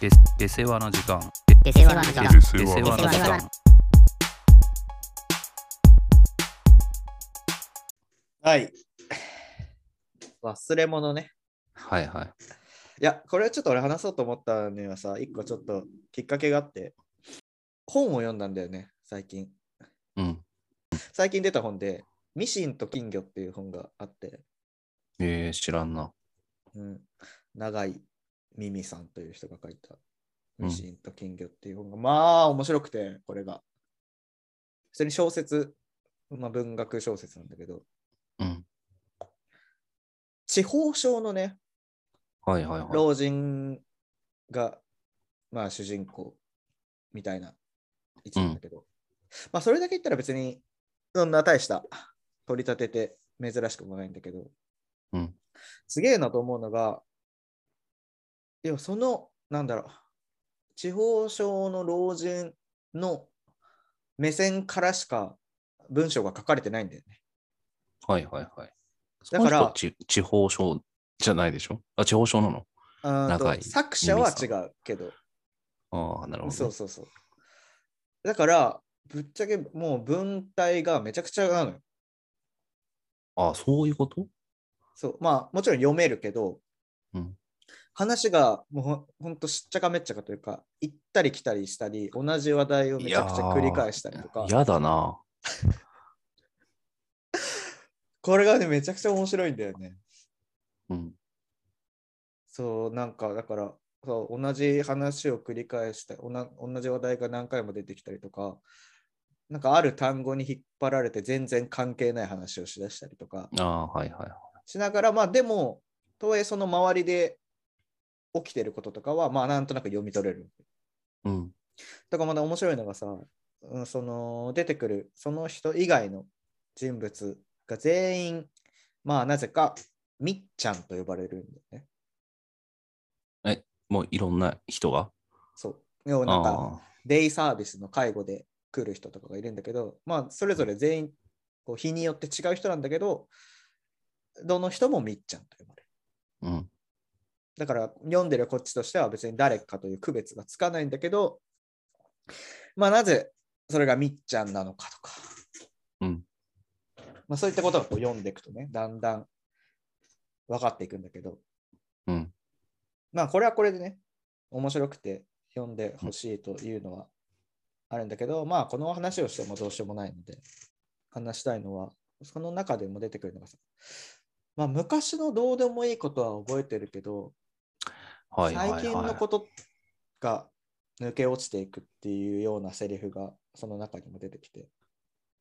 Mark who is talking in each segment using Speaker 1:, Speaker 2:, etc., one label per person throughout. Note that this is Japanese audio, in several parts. Speaker 1: で出世話の時間
Speaker 2: 出世話の時間
Speaker 3: で
Speaker 1: 出
Speaker 3: 世
Speaker 1: 世
Speaker 3: 話
Speaker 1: 話の時間
Speaker 4: はい。忘れ物ね。
Speaker 1: はいはい
Speaker 4: いや、これはちょっと俺話そうと思ったのにはさ、一個ちょっときっかけがあって、本を読んだんだよね、最近。
Speaker 1: うん
Speaker 4: 最近出た本で、ミシンと金魚っていう本があって、
Speaker 1: えー、知らんな
Speaker 4: うん、長いミミさんという人が書いたミシンと金魚っていう本が、まあ面白くて、これが。普通に小説、まあ文学小説なんだけど、
Speaker 1: うん
Speaker 4: 地方症のね、
Speaker 1: はいはいはい
Speaker 4: 老人が、まあ、主人公みたいな位置なんだけど、まあ、それだけ言ったら別に、そんな大した取り立てて珍しくもないんだけど、
Speaker 1: うん
Speaker 4: すげえなと思うのが、いや、その、なんだろう、地方省の老人の目線からしか文章が書かれてないんだよね。
Speaker 1: はいはいはい
Speaker 4: だから
Speaker 1: その人ち地方省じゃないでしょあ地方省なの
Speaker 4: うんと
Speaker 1: 長い
Speaker 4: 作者は
Speaker 1: ミ
Speaker 4: 違
Speaker 1: ミ
Speaker 4: うけど、
Speaker 1: ああなるほどね、
Speaker 4: そうそうそう。だから、ぶっちゃけもう文体がめちゃくちゃなのよ。
Speaker 1: ああそういうこと
Speaker 4: そう。まあ、もちろん読めるけど、
Speaker 1: うん
Speaker 4: 話がもうほんほんとしっちゃかめっちゃかというか、行ったり来たりしたり、同じ話題をめちゃくちゃ繰り返したりとか、
Speaker 1: 嫌だな
Speaker 4: これがね、めちゃくちゃ面白いんだよね。
Speaker 1: うん
Speaker 4: そう、なんか、だから、そう同じ話を繰り返したおな、同じ話題が何回も出てきたりとか、なんかある単語に引っ張られて全然関係ない話をしだしたりとか、
Speaker 1: ああはいはい
Speaker 4: しながら、まあでも、とはいえその周りで起きてることとかは、まあなんとなく読み取れる。
Speaker 1: うん
Speaker 4: だからまだ面白いのがさ、うん、その出てくるその人以外の人物が全員、まあなぜかみっちゃんと呼ばれるんだよね。
Speaker 1: もういろんな人が
Speaker 4: そう。要はなん
Speaker 1: あ
Speaker 4: かデイサービスの介護で来る人とかがいるんだけど、まあそれぞれ全員こう日によって違う人なんだけど、どの人もみっちゃんと呼ばれる。
Speaker 1: あうん
Speaker 4: だから読んでるこっちとしては別に誰かという区別がつかないんだけど、まあなぜそれがみっちゃんなのかとか、
Speaker 1: うん
Speaker 4: まあ、そういったことをこう読んでいくとね、だんだん分かっていくんだけど、
Speaker 1: うん
Speaker 4: まあこれはこれでね、面白くて読んでほしいというのはあるんだけど、まあこの話をしてもどうしようもないので、話したいのは、その中でも出てくるのがさ、まあ昔のどうでもいいことは覚えてるけど、
Speaker 1: はいはいはい
Speaker 4: 最近のことが抜け落ちていくっていうようなセリフがその中にも出てきて、い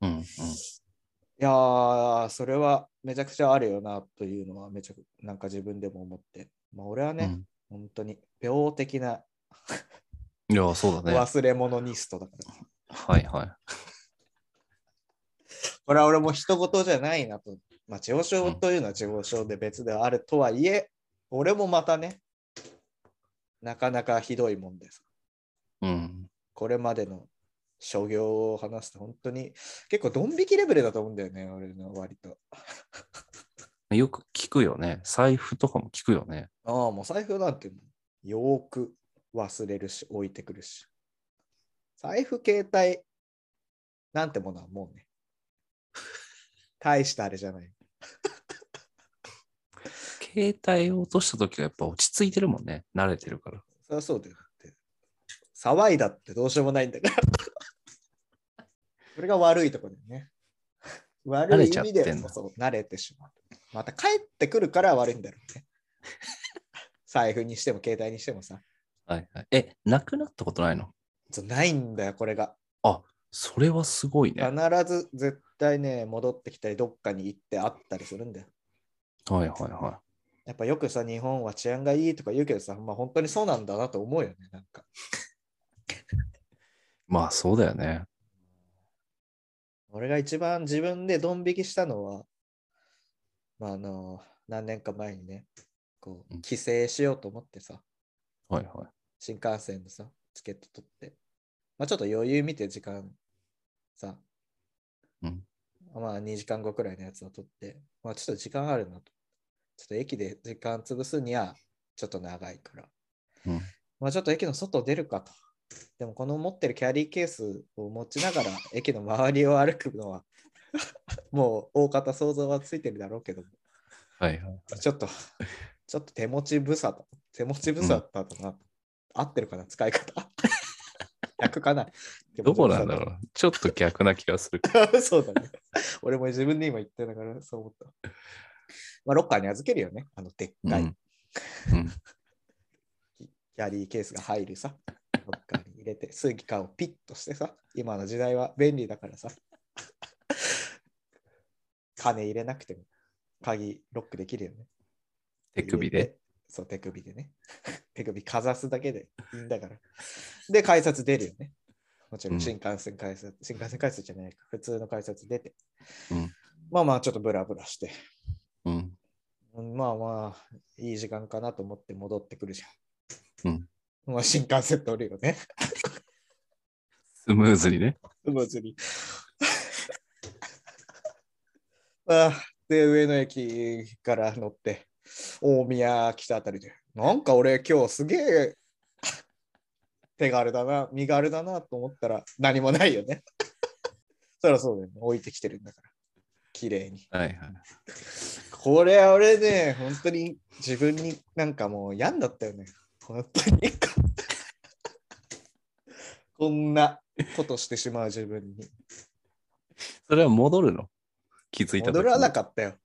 Speaker 1: うんうん
Speaker 4: やー、それはめちゃくちゃあるよなというのはめちゃくなんか自分でも思って、まあ、俺はね、本当に病的な
Speaker 1: うんいやそうだね
Speaker 4: 忘れ物ニストだから、
Speaker 1: はいはい
Speaker 4: これは俺も人事じゃないなと、まあ、地方症というのは地方症で別ではあるとはいえ、俺もまたね、なかなかひどいもんです。
Speaker 1: うん
Speaker 4: これまでの所業を話すと本当に結構ドン引きレベルだと思うんだよね、俺の割と。
Speaker 1: よく聞くよね。財布とかも聞くよね。
Speaker 4: ああ、もう財布なんてよーく忘れるし、置いてくるし。財布、携帯なんてものはもうね、大したあれじゃない。
Speaker 1: 携帯を落とした時はやっぱ落ち着いてるもんね。慣れてるから。
Speaker 4: そりゃそうだよ。だって騒いだってどうしようもないんだから。 それが悪いとこだよね。 悪
Speaker 1: 慣
Speaker 4: い意味
Speaker 1: れちゃって
Speaker 4: で
Speaker 1: んの
Speaker 4: そう慣れてしまう。また帰ってくるから悪いんだろうね。 財布にしても携帯にしてもさ。
Speaker 1: はいはい。え、なくなったことないの
Speaker 4: そうないんだよ、これが。
Speaker 1: それはすごいね。
Speaker 4: 必
Speaker 1: はい
Speaker 4: ず絶対ね、戻ってきたり、どっかに行ってあったりするんだよ。
Speaker 1: はいは
Speaker 4: やっぱよくさ、日本は治安がいいとか言うけどさ、まあ本当にそうなんだなと思うよね、なんか。
Speaker 1: い。まあそうだよね。
Speaker 4: 俺が一番自分でドン引きしたのは、まあ、あの、何年か前にね、こ
Speaker 1: うん
Speaker 4: う、帰省しようと思ってさ、
Speaker 1: はいはい。
Speaker 4: 新幹線のさ、チケット取って、まあ、ちょっと余裕見て時間、さ、
Speaker 1: うん
Speaker 4: まあ、2時間後くらいのやつを取って、まあ、ちょっと時間あるなと。ちょっと駅で時間潰すには、ちょっと長いから、
Speaker 1: うん
Speaker 4: まあちょっと駅の外を出るかと。でもこの持ってるキャリーケースを持ちながら駅の周りを歩くのはもう大方想像はついてるだろうけど、
Speaker 1: はいはい。
Speaker 4: ちょっと、ちょっと手持ち無沙汰、手持ち無沙汰だな、合ってるかな、使い方。 逆かな。
Speaker 1: どこなんだろうちょっと逆な気がす る。
Speaker 4: う。そうだね。俺も自分で今言ってたから、そう思った。まあ、ロッカーに預けるよね。あの、でっ
Speaker 1: うん
Speaker 4: かい
Speaker 1: うん
Speaker 4: キャリーケースが入るさ、ロッカーに入れて、数期間をピッとしてさ、今の時代は便利だからさ、 金入れなくても、鍵ロックできるよね。
Speaker 1: 手首
Speaker 4: 入れ
Speaker 1: で。
Speaker 4: て。そう、手首でね。 手首かざすだけでいいんだから。で、改札出るよね。もちろ
Speaker 1: うんん
Speaker 4: 新幹線改札、新幹線改札じゃないか。普通の改札出て。
Speaker 1: うん
Speaker 4: まあまあ、ちょっとブラブラして。
Speaker 1: うん。
Speaker 4: うんまあまあ、いい時間かなと思って戻ってくるじゃん。
Speaker 1: うん
Speaker 4: まあ、新幹線通るよね。
Speaker 1: スムーズにね。
Speaker 4: うまずに。 あで、上野駅から乗って、大宮来たあたりで、なんか俺今日すげえ手軽だな、身軽だなと思ったら何もないよね。 そりゃそうだよね。置いてきてるんだから。綺麗に。
Speaker 1: はいはい。
Speaker 4: これ俺ね、本当に自分になんかもう病んだったよね。本当に。こんなことしてしまう自分に。
Speaker 1: それは戻るの気づいた時に
Speaker 4: 戻らなかったよ。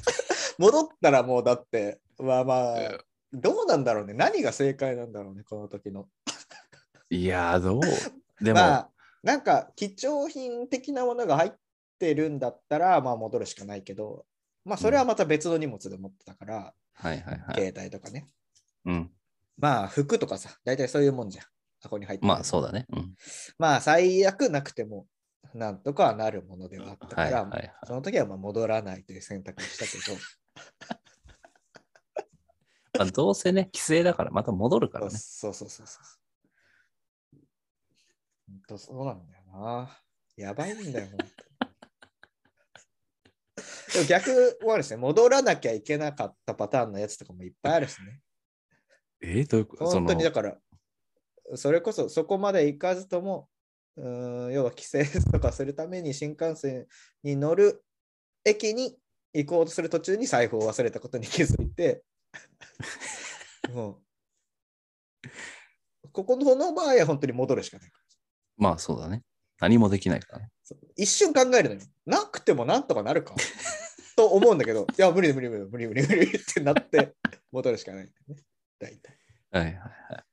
Speaker 4: 戻ったらもうだって、まあまあ、どうなんだろうね。何が正解なんだろうね、この時の。
Speaker 1: いやー、どう でも、
Speaker 4: まあ、なんか貴重品的なものが入ってるんだったら、まあ戻るしかないけど、まあそれはまた別の荷物で持ってたから、
Speaker 1: はいはいはい。
Speaker 4: 携帯とかね。
Speaker 1: うん。
Speaker 4: まあ服とかさ、大体そういうもんじゃん。箱に入ってる
Speaker 1: まあそうだね。うん。
Speaker 4: まあ最悪なくても、なんとかはなるものではあったか
Speaker 1: はい
Speaker 4: ら、
Speaker 1: はいはい。
Speaker 4: その時はまあ戻らないという選択をしたけど、
Speaker 1: まあ、どうせね、帰省だからまた戻るからね。
Speaker 4: そうそうそうそうそう。ほんとそうなんだよな。やばいんだよ、ほんとでも逆はですね、戻らなきゃいけなかったパターンのやつとかもいっぱいあるしね。
Speaker 1: えーどういうことそ
Speaker 4: 本
Speaker 1: の
Speaker 4: 当にだから、それこそそこまで行かずとも、うーん要は帰省とかするために新幹線に乗る駅に行こうとする途中に財布を忘れたことに気づい て、もう、ここのこの場合は本当に戻るしかない。
Speaker 1: まあそうだね。何もできないからね。
Speaker 4: そう一瞬考えるのよ。なくてもなんとかなる かと思うんだけど、いや、無理無理無理無理無理無理ってなって戻るしかないんだよね。大体。
Speaker 1: はいはいはい。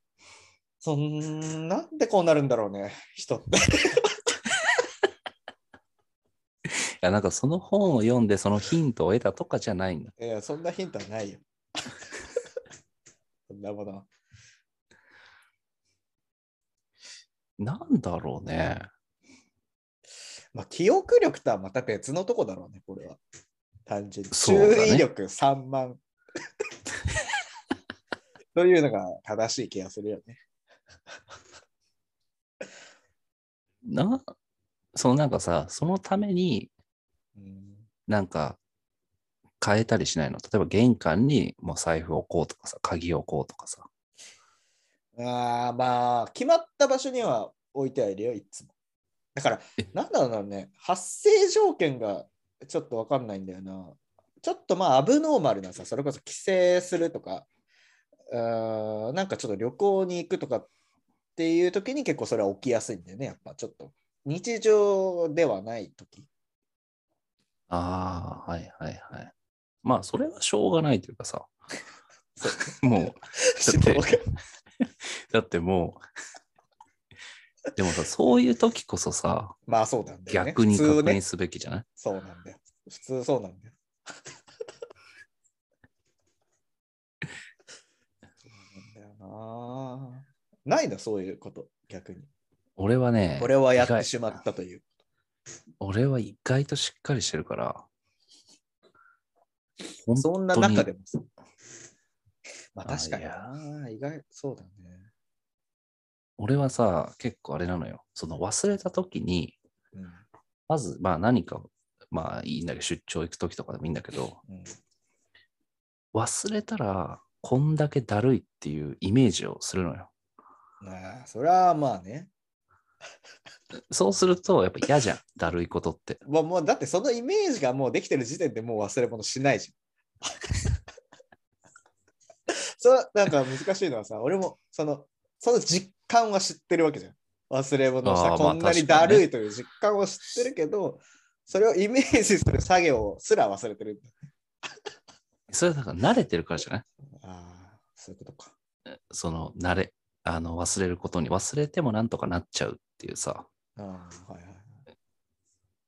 Speaker 4: そんなんでこうなるんだろうね、人って。
Speaker 1: いや、なんかその本を読んでそのヒントを得たとかじゃないんだ。
Speaker 4: いや、そんなヒントはないよ。 そんなものは。
Speaker 1: なんだろうね。
Speaker 4: まあ、記憶力とはまた別のとこだろうね、これは。単純に。
Speaker 1: そうだね
Speaker 4: 注意力3万。 というのが正しい気がするよね。
Speaker 1: な、そのなんかさ、そのために
Speaker 4: うん、
Speaker 1: なんか変えたりしないの。例えば玄関にもう財布を置こうとかさ、鍵を置こうとかさ。
Speaker 4: あーまあ、決まった場所には置いてはいるよ、いつも。だから
Speaker 1: え、
Speaker 4: なんだろうね、発生条件がちょっとわかんないんだよな。ちょっとまあ、アブノーマルなさ、それこそ帰省するとか、うーんなんかちょっと旅行に行くとかっていう時に結構それは起きやすいんだよね、やっぱちょっと。日常ではない時。
Speaker 1: ああ、はいはいはい。まあそれはしょうがないというか さ。もう、だってだってもう、でもさ、そういう時こそさ、
Speaker 4: まあそうなんだよね。
Speaker 1: 逆に
Speaker 4: 普
Speaker 1: 確
Speaker 4: 通ね
Speaker 1: 認、すべきじゃない、
Speaker 4: そうなんだよ。普通そうなんだよ。そうなんだよな。ないの、そういうこと、逆に。
Speaker 1: 俺はね、
Speaker 4: 俺はやっ
Speaker 1: 意
Speaker 4: て
Speaker 1: 外
Speaker 4: しまったという。
Speaker 1: 俺は意外としっかりしてるから。
Speaker 4: そんな中で
Speaker 1: も。
Speaker 4: もさ。まあ確かにな。意外、そうだね。
Speaker 1: 俺はさ、結構あれなのよ。その忘れた時に、
Speaker 4: うん
Speaker 1: まず、まあ何か、まあいいんだけど、出張行く時とかでもいいんだけど、
Speaker 4: うん、
Speaker 1: 忘れたら、こんだけだるいっていうイメージをするのよ。
Speaker 4: ああそれはまあね。
Speaker 1: そうすると、やっぱ嫌じゃん。だるいことって。
Speaker 4: まあ、もうだってそのイメージがもうできてる時点でもう忘れ物しないじゃん。 そうなんか難しいのはさ、俺もそのその実感は知ってるわけじゃん。忘れ物を
Speaker 1: あ
Speaker 4: さ、
Speaker 1: あ
Speaker 4: こん
Speaker 1: まあ
Speaker 4: なに
Speaker 1: 確か
Speaker 4: だ
Speaker 1: にね
Speaker 4: るいという実感を知ってるけど、それをイメージする作業すら忘れてる。
Speaker 1: それはだから慣れてるからじゃない
Speaker 4: ああ、そういうことか。
Speaker 1: その慣れ、あの忘れることに忘れてもなんとかなっちゃうっていうさ、
Speaker 4: ああ、はいはい。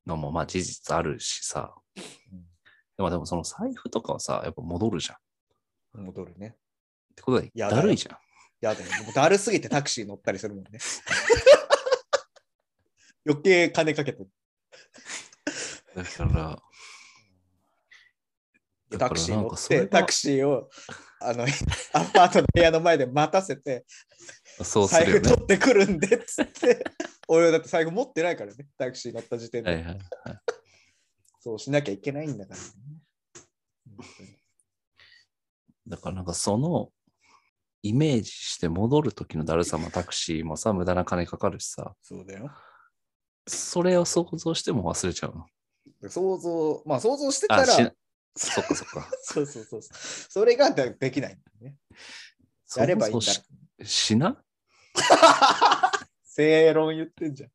Speaker 1: のもまあ事実あるしさ
Speaker 4: うん。
Speaker 1: でもでもその財布とかはさ、やっぱ戻るじゃん。っ
Speaker 4: 戻るね。
Speaker 1: てことで、
Speaker 4: やだよ
Speaker 1: だるいじゃん。
Speaker 4: やだよ。もうだるすぎてタクシー乗ったりするもんね。 余計金かけて。
Speaker 1: だから、だ
Speaker 4: タ
Speaker 1: か
Speaker 4: ク
Speaker 1: ら
Speaker 4: シ
Speaker 1: な
Speaker 4: ー
Speaker 1: ん
Speaker 4: 乗
Speaker 1: か
Speaker 4: っ
Speaker 1: それ
Speaker 4: て、
Speaker 1: が
Speaker 4: タクシーをあの アパートの部屋の前で待たせて、
Speaker 1: そうす
Speaker 4: 財
Speaker 1: るよ
Speaker 4: 布
Speaker 1: ね
Speaker 4: 取。ってくるんでっつって、 俺はだって財布持ってないからね、タクシー乗った時点で、
Speaker 1: はいはいはい。
Speaker 4: そうしなきゃいけないんだから、ね。本当に
Speaker 1: だからなんかそのイメージして戻る時のだるさもタクシーもさ、無駄な金かかるしさ、
Speaker 4: そうだよ。
Speaker 1: それを想像しても忘れちゃうの。
Speaker 4: 想像、まあ想像してた
Speaker 1: あ、
Speaker 4: ら、
Speaker 1: しそ
Speaker 4: そう
Speaker 1: っかそっか。
Speaker 4: そうそうそう。それができないんだよね。 やればいいんだ
Speaker 1: 想像ししな
Speaker 4: 正論言ってんじゃん。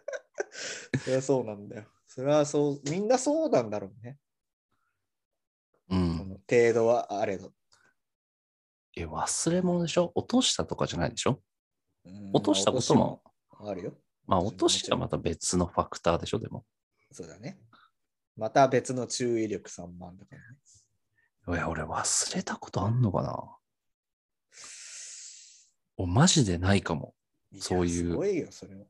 Speaker 4: そりゃそうなんだよ。それはそう、みんなそうなんだろうね。
Speaker 1: う
Speaker 4: そ
Speaker 1: ん。
Speaker 4: の程度はあれど。
Speaker 1: え、忘れ物でしょ落としたとかじゃないでしょ
Speaker 4: うん
Speaker 1: 落としたことも、。
Speaker 4: まああるよ。
Speaker 1: まあ落としはまた別のファクターでしょでも。
Speaker 4: そうだね。また別の注意力3万だからね。
Speaker 1: いや、俺忘れたことあんのかなお、マジでないかも。
Speaker 4: や
Speaker 1: そういう
Speaker 4: すごいよ、それは。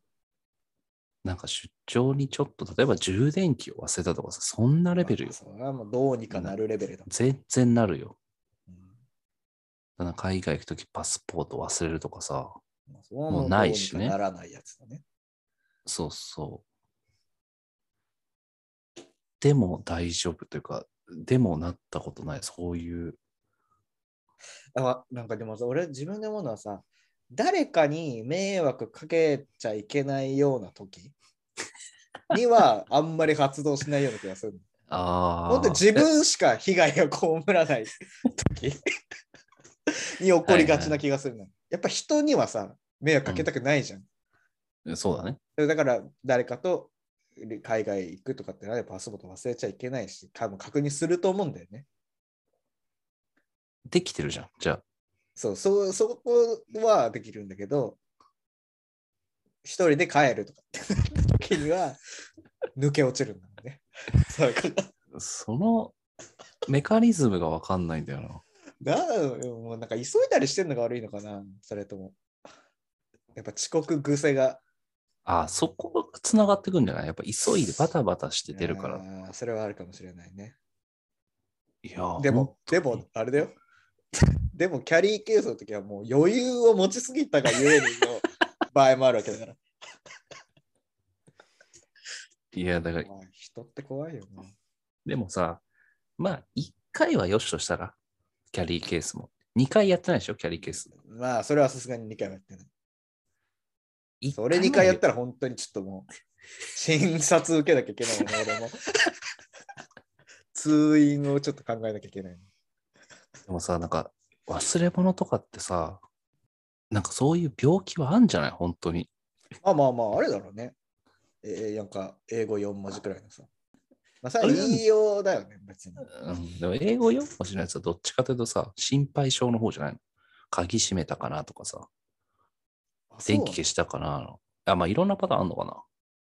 Speaker 1: なんか出張にちょっと、例えば充電器を忘れたとかさ、そんなレベルよ
Speaker 4: まあ。それはもうどうにかなるレベルだ。
Speaker 1: 全然なるよ。
Speaker 4: うん
Speaker 1: だから海外行くときパスポート忘れるとかさ、
Speaker 4: まあそれは
Speaker 1: もうないしね
Speaker 4: どうにかならないやつだね。
Speaker 1: そうそう。でも大丈夫というか、でもなったことない、そういう。
Speaker 4: あなんかでもさ俺自分で思うのはさ、誰かに迷惑かけちゃいけないような時 にはあんまり発動しないような気がする。
Speaker 1: ああ。
Speaker 4: 本当に自分しか被害を被らな い時に起こりがちな気がするの。やっぱ人にはさ、迷惑かけたくないじゃん。
Speaker 1: えそうだね。
Speaker 4: だから誰かと海外行くとかってなればパスポート忘れちゃいけないし、多分確認すると思うんだよね。
Speaker 1: できてるじゃん。じゃあ、
Speaker 4: そう、そうそこはできるんだけど、一人で帰るとかってなった時に は、抜け落ちるんだよね。そう
Speaker 1: そのメカニズムがわかんないんだよな。
Speaker 4: なんもうなんか急いだりしてんのが悪いのかな、それとも。やっぱ遅刻癖が。
Speaker 1: ああ、そこがつながってくんじゃないやっぱ急いでバタバタして出るか
Speaker 4: あ
Speaker 1: ら。
Speaker 4: ー。それはあるかもしれないね。
Speaker 1: いやー
Speaker 4: で
Speaker 1: 本
Speaker 4: も、
Speaker 1: 当
Speaker 4: で
Speaker 1: に
Speaker 4: も、あれだよ。 でも、キャリーケースの時はもう余裕を持ちすぎたがゆえにの場合もあるわけ だから。
Speaker 1: いや、だから、
Speaker 4: まあ、人って怖いよね。
Speaker 1: でもさ、まあ、1回はよしとしたら、キャリーケースも。2回やってないでしょ、キャリーケース。
Speaker 4: まあ、それはさすがに2回はやってない。
Speaker 1: 一
Speaker 4: それ2回やった
Speaker 1: ら。
Speaker 4: ら本当にちょっ ともう、診察受けなきゃいけないもんね、俺も。通院をちょっと考えなきゃいけない。
Speaker 1: でもさ、なんか、忘れ物とかってさ、なんかそういう病気はあんじゃない本当に。
Speaker 4: あまあまあ、あれだろうね。えー、なんか、英語4文字くらいのさ。まあ、それは言いようだよね、別に。
Speaker 1: うん、でも英語4文字のやつはどっちかというとさ、心配性の方じゃないの鍵閉めたかなとかさ、電気消したかなの。あ、まあいろんなパターンあんのか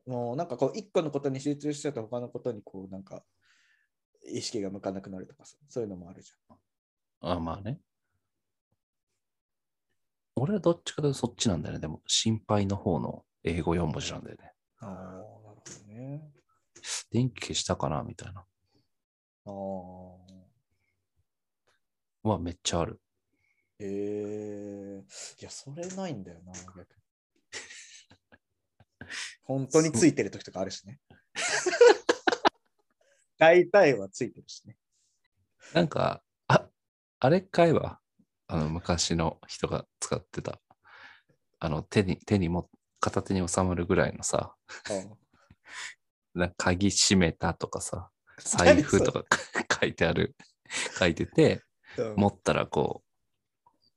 Speaker 1: な。
Speaker 4: もうなんかこう一個のことに集中しちゃうと他のことにこうなんか意識が向かなくなるとかさそういうのもあるじゃん。
Speaker 1: あまあね。俺はどっちかというとそっちなんだよね。でも心配の方の英語4文字なんだよね。
Speaker 4: ああ、なるほどね。
Speaker 1: 電気消したかなみたいな。
Speaker 4: ああ。
Speaker 1: はめっちゃある。
Speaker 4: ええいや、それないんだよな、 逆に。本当についてる時とかあるし ね。大体はついてるしね。
Speaker 1: なんか、あ、あれ買えば、あの昔の人が使ってたあの、手に、手にも、片手に収まるぐらいのさ、なんか鍵閉めたとかさ、財布とか 書いてある、書いてて、
Speaker 4: うん
Speaker 1: 持ったらこ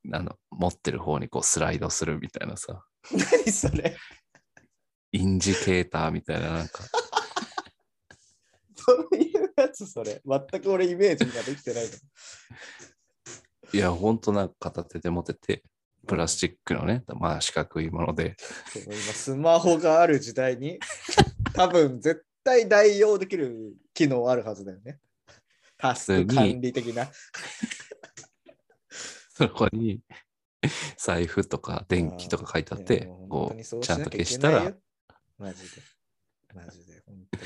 Speaker 1: う、あの、持ってる方にこうスライドするみたいなさ、
Speaker 4: 何それ
Speaker 1: インジケーターみたいな、なんか、
Speaker 4: そういうやつそれ全く俺イメージができてないの
Speaker 1: いや、ほんとなんか片手で持ってて、プラスチックのね、まあ四角いもので、
Speaker 4: でも今スマホがある時代に多分絶対代用できる機能あるはずだよね。タスク管理的な。
Speaker 1: そこに財布とか電気とか書いてあっ
Speaker 4: い
Speaker 1: て
Speaker 4: やもう、本
Speaker 1: こ、
Speaker 4: 当にそうう
Speaker 1: ちゃん
Speaker 4: な
Speaker 1: と
Speaker 4: きゃい
Speaker 1: 消
Speaker 4: け
Speaker 1: し
Speaker 4: な
Speaker 1: た
Speaker 4: いよ
Speaker 1: ら、
Speaker 4: マジで。マジで。本当に。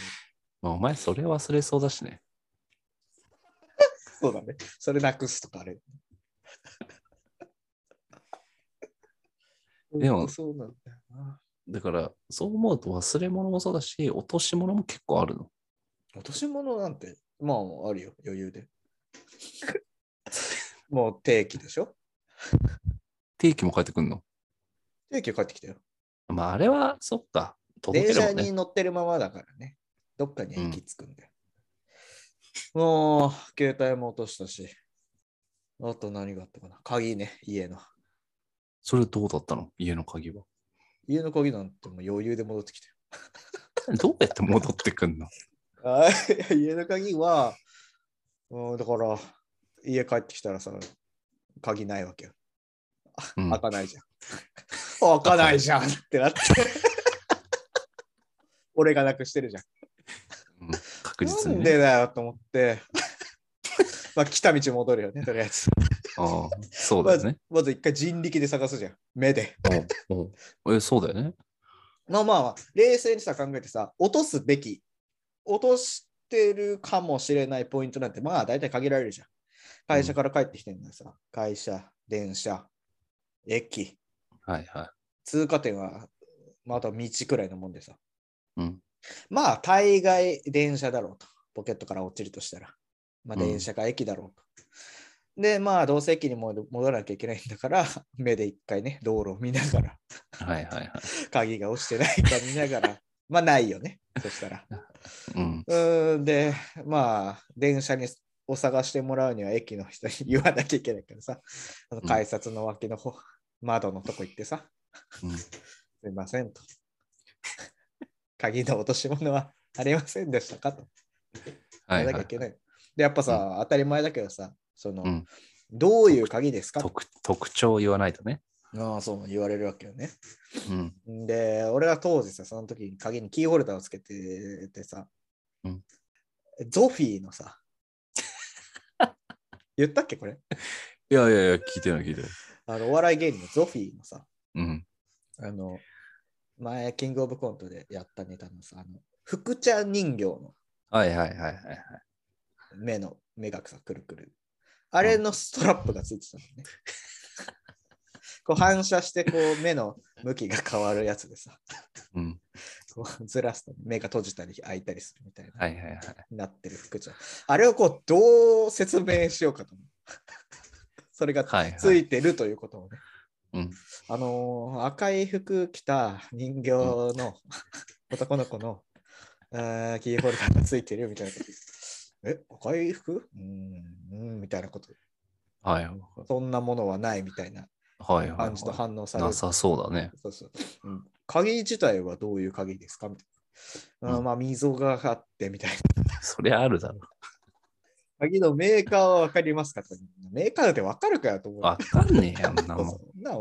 Speaker 1: まあお前それ忘れそうだしね。
Speaker 4: そうだね。それなくすとかあれ。
Speaker 1: でも
Speaker 4: 本当そうなんだよな。
Speaker 1: だから、そう思うと忘れ物もそうだし、落とし物も結構あるの。
Speaker 4: 落とし物なんて、まあ、あるよ、余裕で。もう定期でしょ
Speaker 1: 定期も帰ってくんの。
Speaker 4: 定期帰ってきたよ。
Speaker 1: まあ、あれは、そっか。届け
Speaker 4: 電
Speaker 1: るも
Speaker 4: 車
Speaker 1: んね
Speaker 4: に。乗ってるままだからね。どっかに行き着くんだよ。もう、携帯も落としたし。あと何があったかな鍵ね、家の。
Speaker 1: それどうだったの家の鍵は。
Speaker 4: 家の鍵なんてもう余裕で戻ってきて
Speaker 1: どうやって戻ってくんの
Speaker 4: あー 家の鍵は、うん、だから、家帰ってきたらさ、鍵ないわけよ。
Speaker 1: うん
Speaker 4: 開かないじゃん。 開かないじゃんっ てなって。俺がなくしてるじゃん。
Speaker 1: うん確実
Speaker 4: な
Speaker 1: に
Speaker 4: ん
Speaker 1: ね。
Speaker 4: でだよと思って。まあ、来た道戻るよね、とりあえず。
Speaker 1: ああそうだ
Speaker 4: ま
Speaker 1: よ
Speaker 4: ず
Speaker 1: ね。、
Speaker 4: まず一回人力で探すじゃん。目で。
Speaker 1: うんうんえそうだよね。
Speaker 4: まあまあまあ、冷静にさ、考えてさ、落とすべき、落としてるかもしれないポイントなんて、まあ大体限られるじゃん。会社から帰ってきてるのにさ、会社、電車、駅、
Speaker 1: はいは
Speaker 4: 通過点は、まあ、あと道くらいのもんでさ。
Speaker 1: い。うん。
Speaker 4: まあ、大概電車だろうと。ポケットから落ちるとしたら。まあ、
Speaker 1: うん
Speaker 4: 電車か駅だろうと。で、まあ、どうせ駅に戻戻らなきゃいけないんだから、目で一回ね、道路を見ながら、
Speaker 1: はいはいはい。
Speaker 4: 鍵が落ちてないか見な がら、まあ、ないよね。そしたら。
Speaker 1: うん。
Speaker 4: うーんで、まあ、電車にを探してもらうには駅の人に言わなきゃいけないからさ、あの
Speaker 1: うん
Speaker 4: 改札の脇の方、窓のとこ行ってさ、
Speaker 1: うん
Speaker 4: すいませんと。 鍵の落とし物はありませんでしたかと。
Speaker 1: はい
Speaker 4: 言わ
Speaker 1: は
Speaker 4: なきゃい
Speaker 1: い。
Speaker 4: けない。で、やっぱさ、当たり前だけどさ、その、
Speaker 1: うん
Speaker 4: どういう鍵ですかと
Speaker 1: 特特徴を言わないとね。
Speaker 4: ああそう言われるわけよね。
Speaker 1: うん。
Speaker 4: で、俺は当時さ、その時に鍵にキーホルダーをつけててさ、
Speaker 1: うん
Speaker 4: ゾフィーの さ、言ったっけこれ
Speaker 1: いやいやいや、聞いてない聞いてない。
Speaker 4: あのお笑い芸人のゾフィーのさ、
Speaker 1: うん。
Speaker 4: あの、前、キングオブコントでやったネタのさ、あの、福ちゃん人形の
Speaker 1: はいはいはいはいはい。
Speaker 4: 目の、目がさ、くるくる。あれのストラップがついてたの ね。こう反射して、こう、目の向きが変わるやつでさ、
Speaker 1: うん。
Speaker 4: こうずらすと目が閉じたり開いたりするみたいな。
Speaker 1: はいはいはい。
Speaker 4: なってる服じゃん。あれをこうどう説明しようかと思う。 それが
Speaker 1: はい
Speaker 4: つ
Speaker 1: はい。
Speaker 4: いてるということをね。
Speaker 1: うん。
Speaker 4: あのー赤い服着た人形の男の子の、あーキーホルダーがついてるみたいなこと。え、赤い服うーん、うんみたいなこと。
Speaker 1: はいはい
Speaker 4: そんなものはないみたいな
Speaker 1: はいはい
Speaker 4: 感じと反応される
Speaker 1: な。さそうだね。
Speaker 4: そうそううん鍵自体はどういう鍵ですかみたいな。あー
Speaker 1: うん
Speaker 4: まあ、溝があってみたいな。
Speaker 1: そりゃあるだろ。
Speaker 4: 鍵のメーカーは分かりますかとメーカーだって分かるかよと思う。
Speaker 1: わかんねえやんな
Speaker 4: そう
Speaker 1: もん
Speaker 4: そ。うなあ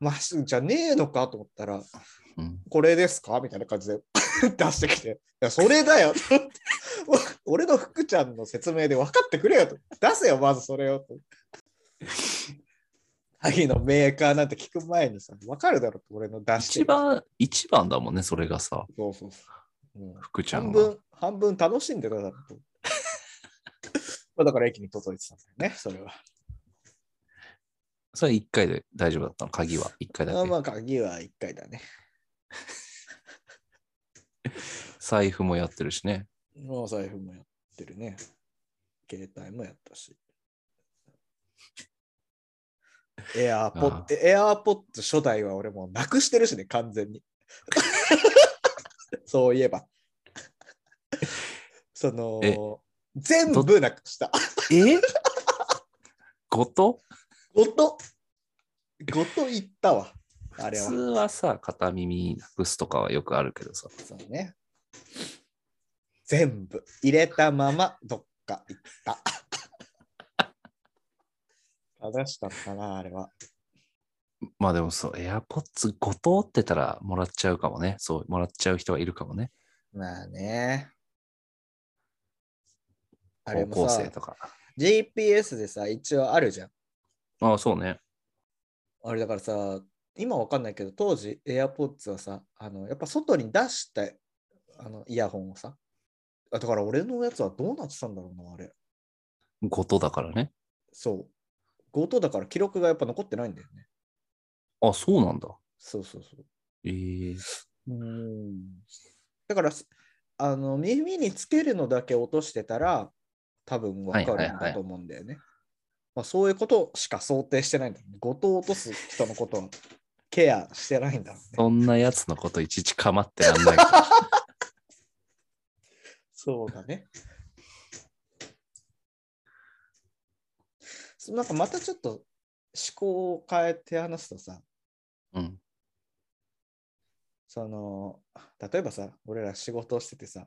Speaker 4: まっすぐじゃねえのかと思ったら、
Speaker 1: うん
Speaker 4: これですかみたいな感じで出してきて、いや、それだよ と思ってお俺の福ちゃんの説明で分かってくれよと。出せよ、まずそれをと。鍵のメーカーなんて聞く前にさ、分かるだろと、俺の出して
Speaker 1: 一
Speaker 4: る。
Speaker 1: 番、一番だもんね、それがさ、
Speaker 4: そうそうそううん
Speaker 1: 福ちゃ
Speaker 4: 半
Speaker 1: んは。
Speaker 4: 分、半分楽しんでただろと。 まあだから駅に届いてたんだよね、それは。
Speaker 1: それ一回で大丈夫だったの鍵は一回だ
Speaker 4: あ
Speaker 1: け
Speaker 4: ま。あ、鍵は1回だね。
Speaker 1: 財布もやってるしね。
Speaker 4: お財布もやってるね。携帯もやったし。エアーポッ
Speaker 1: あ
Speaker 4: ド、エアーポッド初代は俺もうなくしてるしね、完全に。 そういえば。そ
Speaker 1: え
Speaker 4: の、全部なくした。
Speaker 1: えごと
Speaker 4: ごと、ごといったわ。あ
Speaker 1: 普
Speaker 4: れは
Speaker 1: 通。はさ、片耳なくすとかはよくあるけどさ。
Speaker 4: そうね。全部入れたままどっか行った。 正しかったな、あれは。
Speaker 1: まあでもそう、AirPods ごとってたらもらっちゃうかもね。そう、もらっちゃう人はいるかもね。
Speaker 4: まあね。あれ
Speaker 1: 高
Speaker 4: も
Speaker 1: 校
Speaker 4: さ
Speaker 1: 生、とか。
Speaker 4: GPS でさ、一応あるじゃん。
Speaker 1: ああ、そうね。
Speaker 4: あれだからさ、今わかんないけど、当時 AirPods はさ、あのやっぱ外に出したあのイヤホンをさ、あだから俺のやつはどうなってたんだろうな、あれ。
Speaker 1: ごとだからね。
Speaker 4: そう。強盗だから記録がやっぱ残ってないんだよね。
Speaker 1: あ、そうなんだ。
Speaker 4: そうそうそう。
Speaker 1: ええ
Speaker 4: うんだからすあの耳につけるのだけ落としてたら多分分かるんだと思うんだよね。まあ、そういうことしか想定してないんだ、ね。ごと落とす人のことはケアしてないんだろうね。
Speaker 1: そんなやつのこといちいち構ってらん ない。
Speaker 4: そうだね。そなんかまたちょっと思考を変えて話すとさ、
Speaker 1: うん。
Speaker 4: その例えばさ、俺ら仕事をしててさ、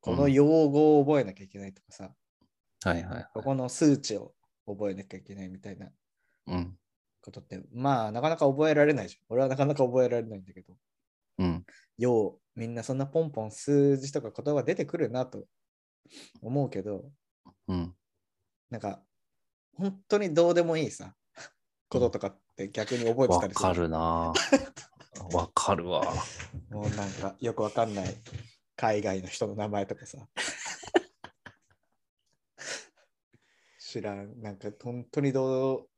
Speaker 4: この用語を覚えなきゃいけないとかさ、
Speaker 1: はいはい。
Speaker 4: ここの数値を覚えなきゃいけないみたいな
Speaker 1: うん。
Speaker 4: ことって、まあ、なかなか覚えられないじゃん。俺はなかなか覚えられないんだけど、
Speaker 1: うん。
Speaker 4: よう、みんなそんなポンポン数字とか言葉出てくるなと思うけど、
Speaker 1: うん。
Speaker 4: なんか、本当にどうでもいいさ、 こととかって逆に覚えて
Speaker 1: わ
Speaker 4: たりする。
Speaker 1: かる なぁわかるわ。
Speaker 4: もうなんか、よくわかんない海外の人の名前と かさ。知らん、なんか本当にどう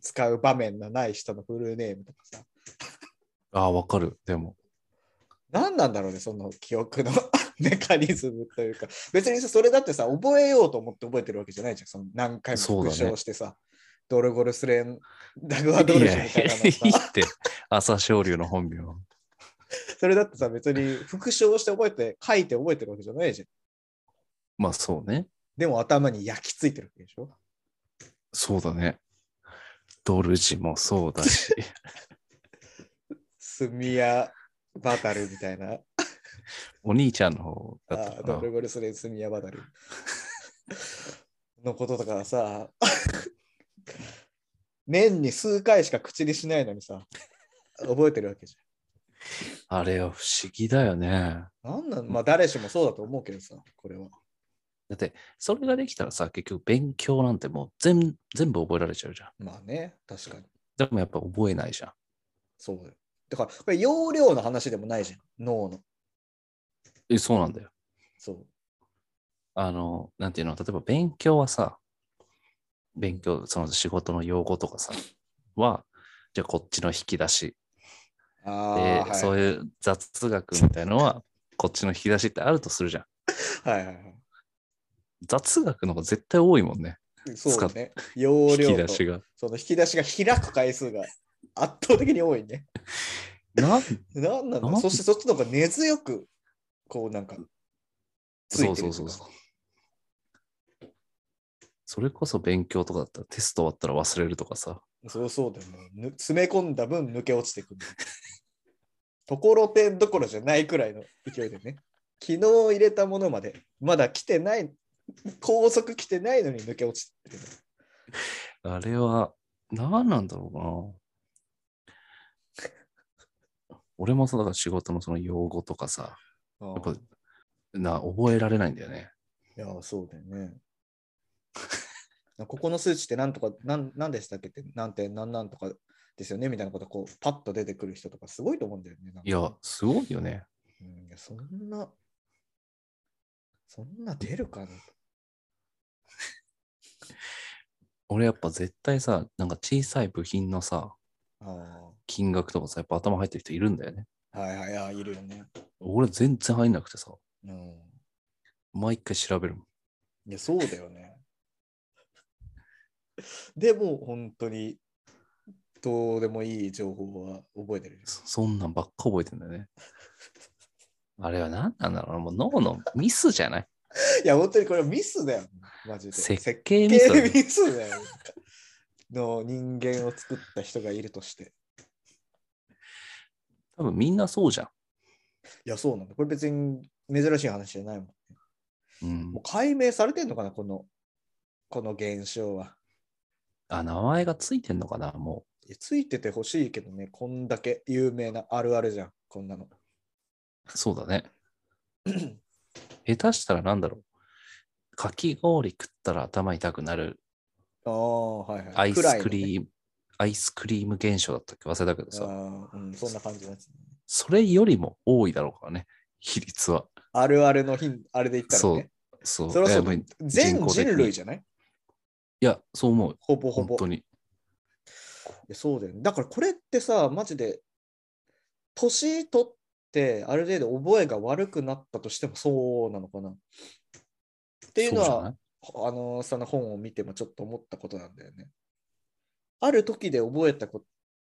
Speaker 4: 使う場面のない人のフルネームとかさ。
Speaker 1: ああ、わかる。でも。
Speaker 4: 何なんだろうね、その記憶の メカニズムというか。別にさそれだってさ、覚えようと思って覚えてるわけじゃないじゃん。その何回も
Speaker 1: そうだ
Speaker 4: 復
Speaker 1: ね
Speaker 4: 唱してさ、ドルゴルスレン、ダグ
Speaker 1: い
Speaker 4: アドルシ
Speaker 1: やい
Speaker 4: ュみたいなの
Speaker 1: い
Speaker 4: さ
Speaker 1: って、朝青龍の本名。
Speaker 4: それだってさ、別に復唱して覚えて、書いて覚えてるわけじゃないじゃん。
Speaker 1: まあそうね。
Speaker 4: でも頭に焼き付いてるわけでしょ。
Speaker 1: そうだね。ドルジもそうだし。
Speaker 4: スミヤバタルみたいな。
Speaker 1: お兄ちゃんの方だっ
Speaker 4: あ
Speaker 1: た
Speaker 4: ド
Speaker 1: か
Speaker 4: ル
Speaker 1: な。
Speaker 4: ゴルスレンスミヤバタル。 のこととかさ、 年に数回しか口にしないのにさ、覚えてるわけじ
Speaker 1: あれは不思議だよね。
Speaker 4: ゃん。なんなんまあ誰しもそうだと思うけどさ、これは。
Speaker 1: だって、それができたらさ、結局勉強なんてもう全全部覚えられちゃうじゃん。
Speaker 4: まあね、確かに。
Speaker 1: でもやっぱ覚えないじゃん。
Speaker 4: そうだよ。だから、これ容量の話でもないじゃん、脳の。
Speaker 1: え、そうなんだよ。
Speaker 4: そう。
Speaker 1: あの、なんていうの、例えば勉強はさ、勉強、その仕事の用語とかさ、は、じゃあこっちの引き出し、
Speaker 4: あ
Speaker 1: で
Speaker 4: あ、はい、
Speaker 1: そういう雑学みたいのは、こっちの引き出しってあるとするじゃん。
Speaker 4: はいはいはい。
Speaker 1: 雑学の方が絶対多いもんね、
Speaker 4: そうだね。容
Speaker 1: 引
Speaker 4: 量
Speaker 1: き
Speaker 4: と
Speaker 1: 出 しが。
Speaker 4: その引き出しが開く回数が圧倒的に多いね。
Speaker 1: なん
Speaker 4: なんな
Speaker 1: なん
Speaker 4: のそしてそっちの方が根強く、こうなんか、ついて
Speaker 1: そ
Speaker 4: る
Speaker 1: うそ
Speaker 4: とい
Speaker 1: そ
Speaker 4: ううか
Speaker 1: うそう。それこそ勉強とかだったらテスト終わったら忘れるとかさ。
Speaker 4: そうそうだよ、もうぬ詰め込んだ分抜け落ちてくる。ところてんどころじゃないくらいの勢いでね。昨日入れたものまで、まだ来てない、高速来てないのに抜け落ちてる。
Speaker 1: あれは何なんだろうな。 俺もさ、だから仕事のその用語とかさ、
Speaker 4: あ
Speaker 1: やっ
Speaker 4: あ
Speaker 1: ぱな覚えられないんだよね。
Speaker 4: いや、そうだよね。 ここの数値ってなんとか、なんなんでしたっけって、なんて、なんなんとかですよねみたいなこと、こう、パッと出てくる人とかすごいと思うんだよね。なんか
Speaker 1: いや、すごいよね。
Speaker 4: うんいや、そんな、そんな出るかな
Speaker 1: 俺やっぱ絶対さ、なんか小さい部品のさ、
Speaker 4: あ
Speaker 1: 金額とかさ、やっぱ頭入ってる人いるんだよね。
Speaker 4: あ、はいはいはい、いるよね。
Speaker 1: 俺全然入んなくてさ、
Speaker 4: うん。
Speaker 1: 毎回調べるもん。
Speaker 4: いや、そうだよね。でも、本当に、どうでもいい情報は覚えてる。
Speaker 1: そそんなんばっか覚えてんだよね。 あれは何なんだろうなもう脳のミスじゃ ない
Speaker 4: いや、本当にこれミスだよ。マジで。
Speaker 1: 設計ミスだよね
Speaker 4: 設計ミスだよ。の人間を作った人がいるとして。
Speaker 1: 多分みんなそうじゃ
Speaker 4: いや、そうなんだ。これ別に珍しい話じゃないもん。
Speaker 1: ん。うん
Speaker 4: もう、解明されてんのかな、この、この現象は。
Speaker 1: あ、名前がついてんのかなも
Speaker 4: いやついててほしいけどね、こんだけ有名なあるあるじゃん、こんなの。
Speaker 1: う。そうだ ね。下手したらなんだろう。かき氷食ったら頭痛くなる
Speaker 4: ああ、はいはい。
Speaker 1: アイスク
Speaker 4: ー
Speaker 1: リーム、アイスクリーム現象だったっけ忘れたけどさ。
Speaker 4: あーうん、そんな感じのやつね、
Speaker 1: それよりも多いだろうからね。比率は。
Speaker 4: あるあるの品、あれで言ったらね。
Speaker 1: そう。
Speaker 4: それはそ
Speaker 1: いや
Speaker 4: う
Speaker 1: もうい人
Speaker 4: 全
Speaker 1: 口的に
Speaker 4: 人類じゃない
Speaker 1: や、そう思う。
Speaker 4: ほぼほ
Speaker 1: 本
Speaker 4: ぼ。
Speaker 1: 当
Speaker 4: い
Speaker 1: に。
Speaker 4: やそうだよね。だからこれってさ、マジで、年取って、ある程度覚えが悪くなったとしてもそうなのかな。っていう
Speaker 1: そう
Speaker 4: の
Speaker 1: じゃな
Speaker 4: は、あのさんの本を見てもちょっと思ったことなんだよね。ある時で覚えたこ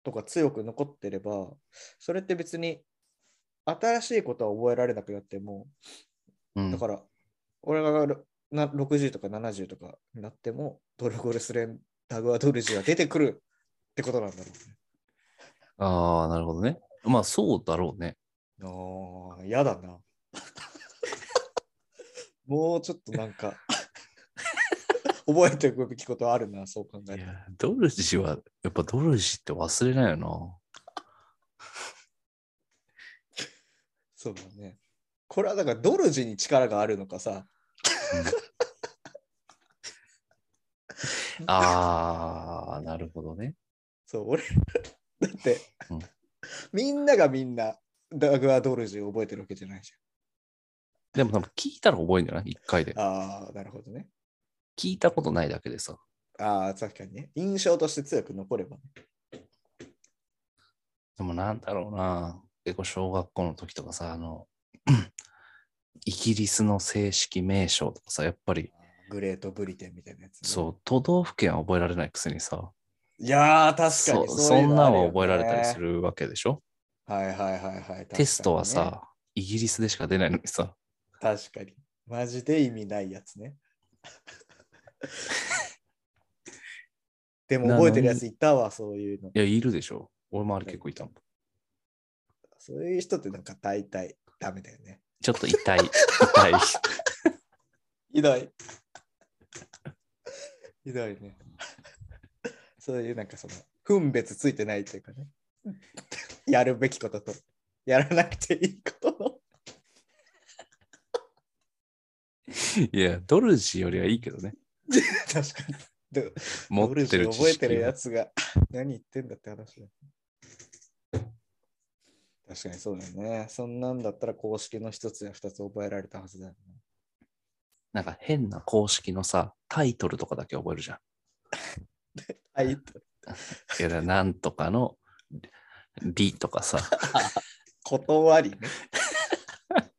Speaker 4: とが強く残ってれば、それって別に新しいことは覚えられなくなっても、
Speaker 1: うん
Speaker 4: だから、俺がろな60とか70とかになっても、ドルゴルスレン、ダグアドルジが出てくるってことなんだろ
Speaker 1: ああ、なるほどね。まあそうだろうね。
Speaker 4: うね。ああ、やだな。 もうちょっとなんか、覚えておくべきことあるな、そう考え
Speaker 1: い
Speaker 4: たら。
Speaker 1: や、ドルジは、やっぱドルジって忘れないよな。
Speaker 4: そうだね。これはだからドルジに力があるのかさ、
Speaker 1: ああ、なるほどね。
Speaker 4: そう、俺、 だって、
Speaker 1: うん
Speaker 4: みんながみんな、ダグアドルジを覚えてるわけじゃないじ
Speaker 1: でも多分聞いたら覚えるんじゃない一回で
Speaker 4: ゃ。ん。ああ、なるほどね。
Speaker 1: 聞いたことないだけでさ。
Speaker 4: ああ、確かにね。印象として強く残ればね。
Speaker 1: でもなんだろうな。結構小学校の時とかさ、あの、 イギリスの正式名称とかさ、やっぱり、
Speaker 4: グレートブリテンみたいなやつね、
Speaker 1: そう、都道府県は覚えられないくせにさ、
Speaker 4: いやー、確かに
Speaker 1: そう
Speaker 4: う
Speaker 1: そ
Speaker 4: いうんのあ
Speaker 1: なん
Speaker 4: るよ
Speaker 1: は
Speaker 4: ね
Speaker 1: 覚えられたりす。るわけでしょ、
Speaker 4: はいはいはいはい。確かにね
Speaker 1: テストは。さ、イギリスでしか出ないのにさ、
Speaker 4: 確かに。マジで意味ないやつね。でも
Speaker 1: なのに
Speaker 4: 覚えてるやついたわ、そういうの。
Speaker 1: いや、いるでしょ俺もあれ結構いたもん。
Speaker 4: そういう人ってなんか大体ダメだよね。
Speaker 1: ちょっと痛 い、痛い。
Speaker 4: ひどい。ひどいね。そういうなんかその分別ついてないというかね。やるべきこととやらなくていいことの。
Speaker 1: いや、ドルジよりはいいけどね。
Speaker 4: 確かに。で
Speaker 1: 持ってる
Speaker 4: ノ
Speaker 1: 知
Speaker 4: ルジ覚えて
Speaker 1: 識
Speaker 4: るや
Speaker 1: は。
Speaker 4: つが 何言ってんだって話だ。確かにそうだよね。そんなんだったら公式の一つや二つ覚えられたはずだよね。
Speaker 1: なんか変な公式のさ、タイトルとかだけ覚えるじゃん。
Speaker 4: は
Speaker 1: い
Speaker 4: い。
Speaker 1: や、だからなんとかの、りとかさ、
Speaker 4: 断りね。あ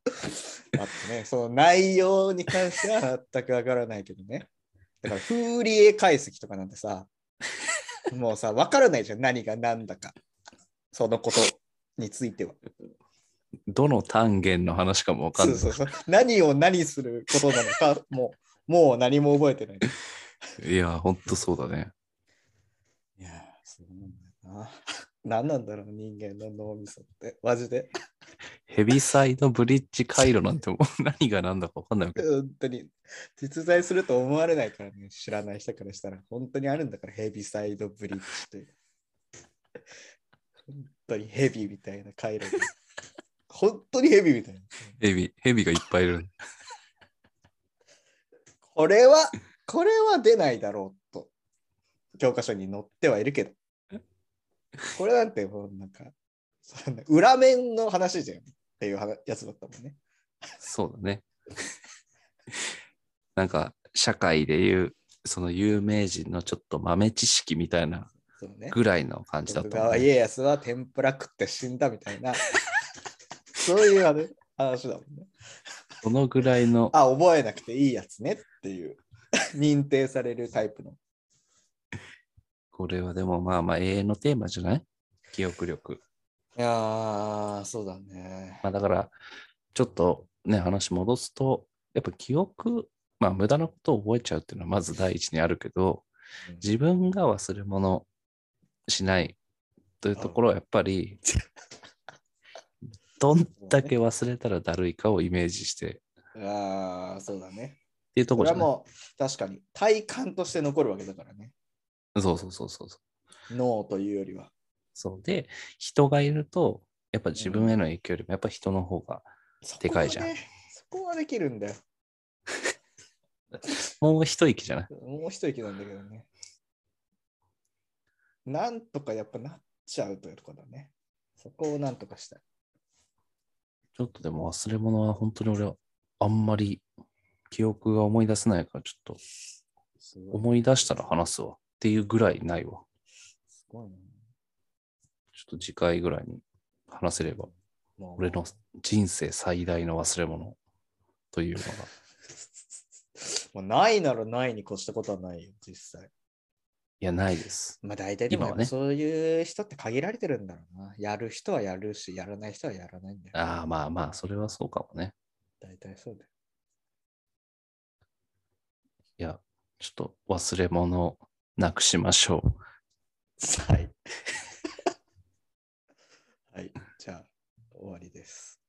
Speaker 4: とね、その内容に関しては全くわからないけどね。だから、風鈴解析とかなんてさ、もうさ、わからないじゃん、何が何だか。そのことについては。
Speaker 1: どの単元の話かもわかん
Speaker 4: そ
Speaker 1: な
Speaker 4: う
Speaker 1: い。
Speaker 4: そうそう。何を何することなの か、もう、もう何も覚えてない。
Speaker 1: いや、ほんとそうだね。
Speaker 4: いやー、そうなんだよな。 何なんだろう、人間の脳みそって。マジで。
Speaker 1: ヘビサイドブリッジ回路なんてもう何が何だかわかんないわけ。
Speaker 4: 本当に実在すると思われないからね、知らない人からしたら、本当にあるんだから、ヘビサイドブリッジって。本当にヘビみたいな回路で。本当にヘビみたいな。
Speaker 1: ヘビ、ヘビがいっぱいいる。
Speaker 4: これは、これは出ないだろうと、教科書に載ってはいるけど。これなんてもうなんか、そんな裏面の話じゃんっていう話やつだったもんね。
Speaker 1: そうだね。 なんか、社会でいう、その有名人のちょっと豆知識みたいな
Speaker 4: そうね。
Speaker 1: ぐらいの感じだっ
Speaker 4: 徳
Speaker 1: たもん
Speaker 4: 川
Speaker 1: ね、
Speaker 4: 家康は天ぷら食って死んだみたいな、 そういうあれ話だもんね。
Speaker 1: そのぐらいの、
Speaker 4: あ、覚えなくていいやつねっていう、認定されるタイプの。
Speaker 1: これはでもまあまあ永遠のテーマじゃない記憶力。
Speaker 4: いやー、そうだね。
Speaker 1: まあだから、ちょっとね、話戻すと、やっぱ記憶、まあ無駄なことを覚えちゃうっていうのはまず第一にあるけど、
Speaker 4: うん
Speaker 1: 自分が忘れ物しないというところはやっぱり、 どんだけ忘れたらだるいかをイメージしてっ
Speaker 4: ああ、そうだね。
Speaker 1: ていうと
Speaker 4: こ
Speaker 1: ころ
Speaker 4: れは
Speaker 1: じゃない
Speaker 4: もう確かに体感として残るわけだからね。
Speaker 1: そうそうそうそうそう。
Speaker 4: 脳というよりは。
Speaker 1: そうで、人がいると、やっぱ自分への影響よりもやっぱ人の方が、でかいじゃん
Speaker 4: そこはね。そこはできるんだよ。
Speaker 1: もう一息じゃない
Speaker 4: もう一息なんだけどね。なんとかやっぱなっちゃうというところだね。そこをなんとかしたい。
Speaker 1: ちょっとでも忘れ物は本当に俺はあんまり記憶が思い出せないからちょっと
Speaker 4: すごい。
Speaker 1: 思い出したら話すわっていうぐらいないわ。
Speaker 4: すごいな。
Speaker 1: ちょっと次回ぐらいに話せれば
Speaker 4: もう
Speaker 1: 俺の人生最大の忘れ物というのが。
Speaker 4: もうないならないに越したことはないよ、実際。
Speaker 1: いや、ないです。
Speaker 4: まあ大体でも
Speaker 1: 今は
Speaker 4: やっ
Speaker 1: ね
Speaker 4: ぱそういう人って限られてるんだろうな。やる人はやるし、やらない人はやらないんだよ。
Speaker 1: ああ、まあまあ、それはそうかもね。
Speaker 4: 大体そうだよ。
Speaker 1: いや、ちょっと忘れ物なくしましょう。
Speaker 4: はい。はい。じゃあ、終わりです。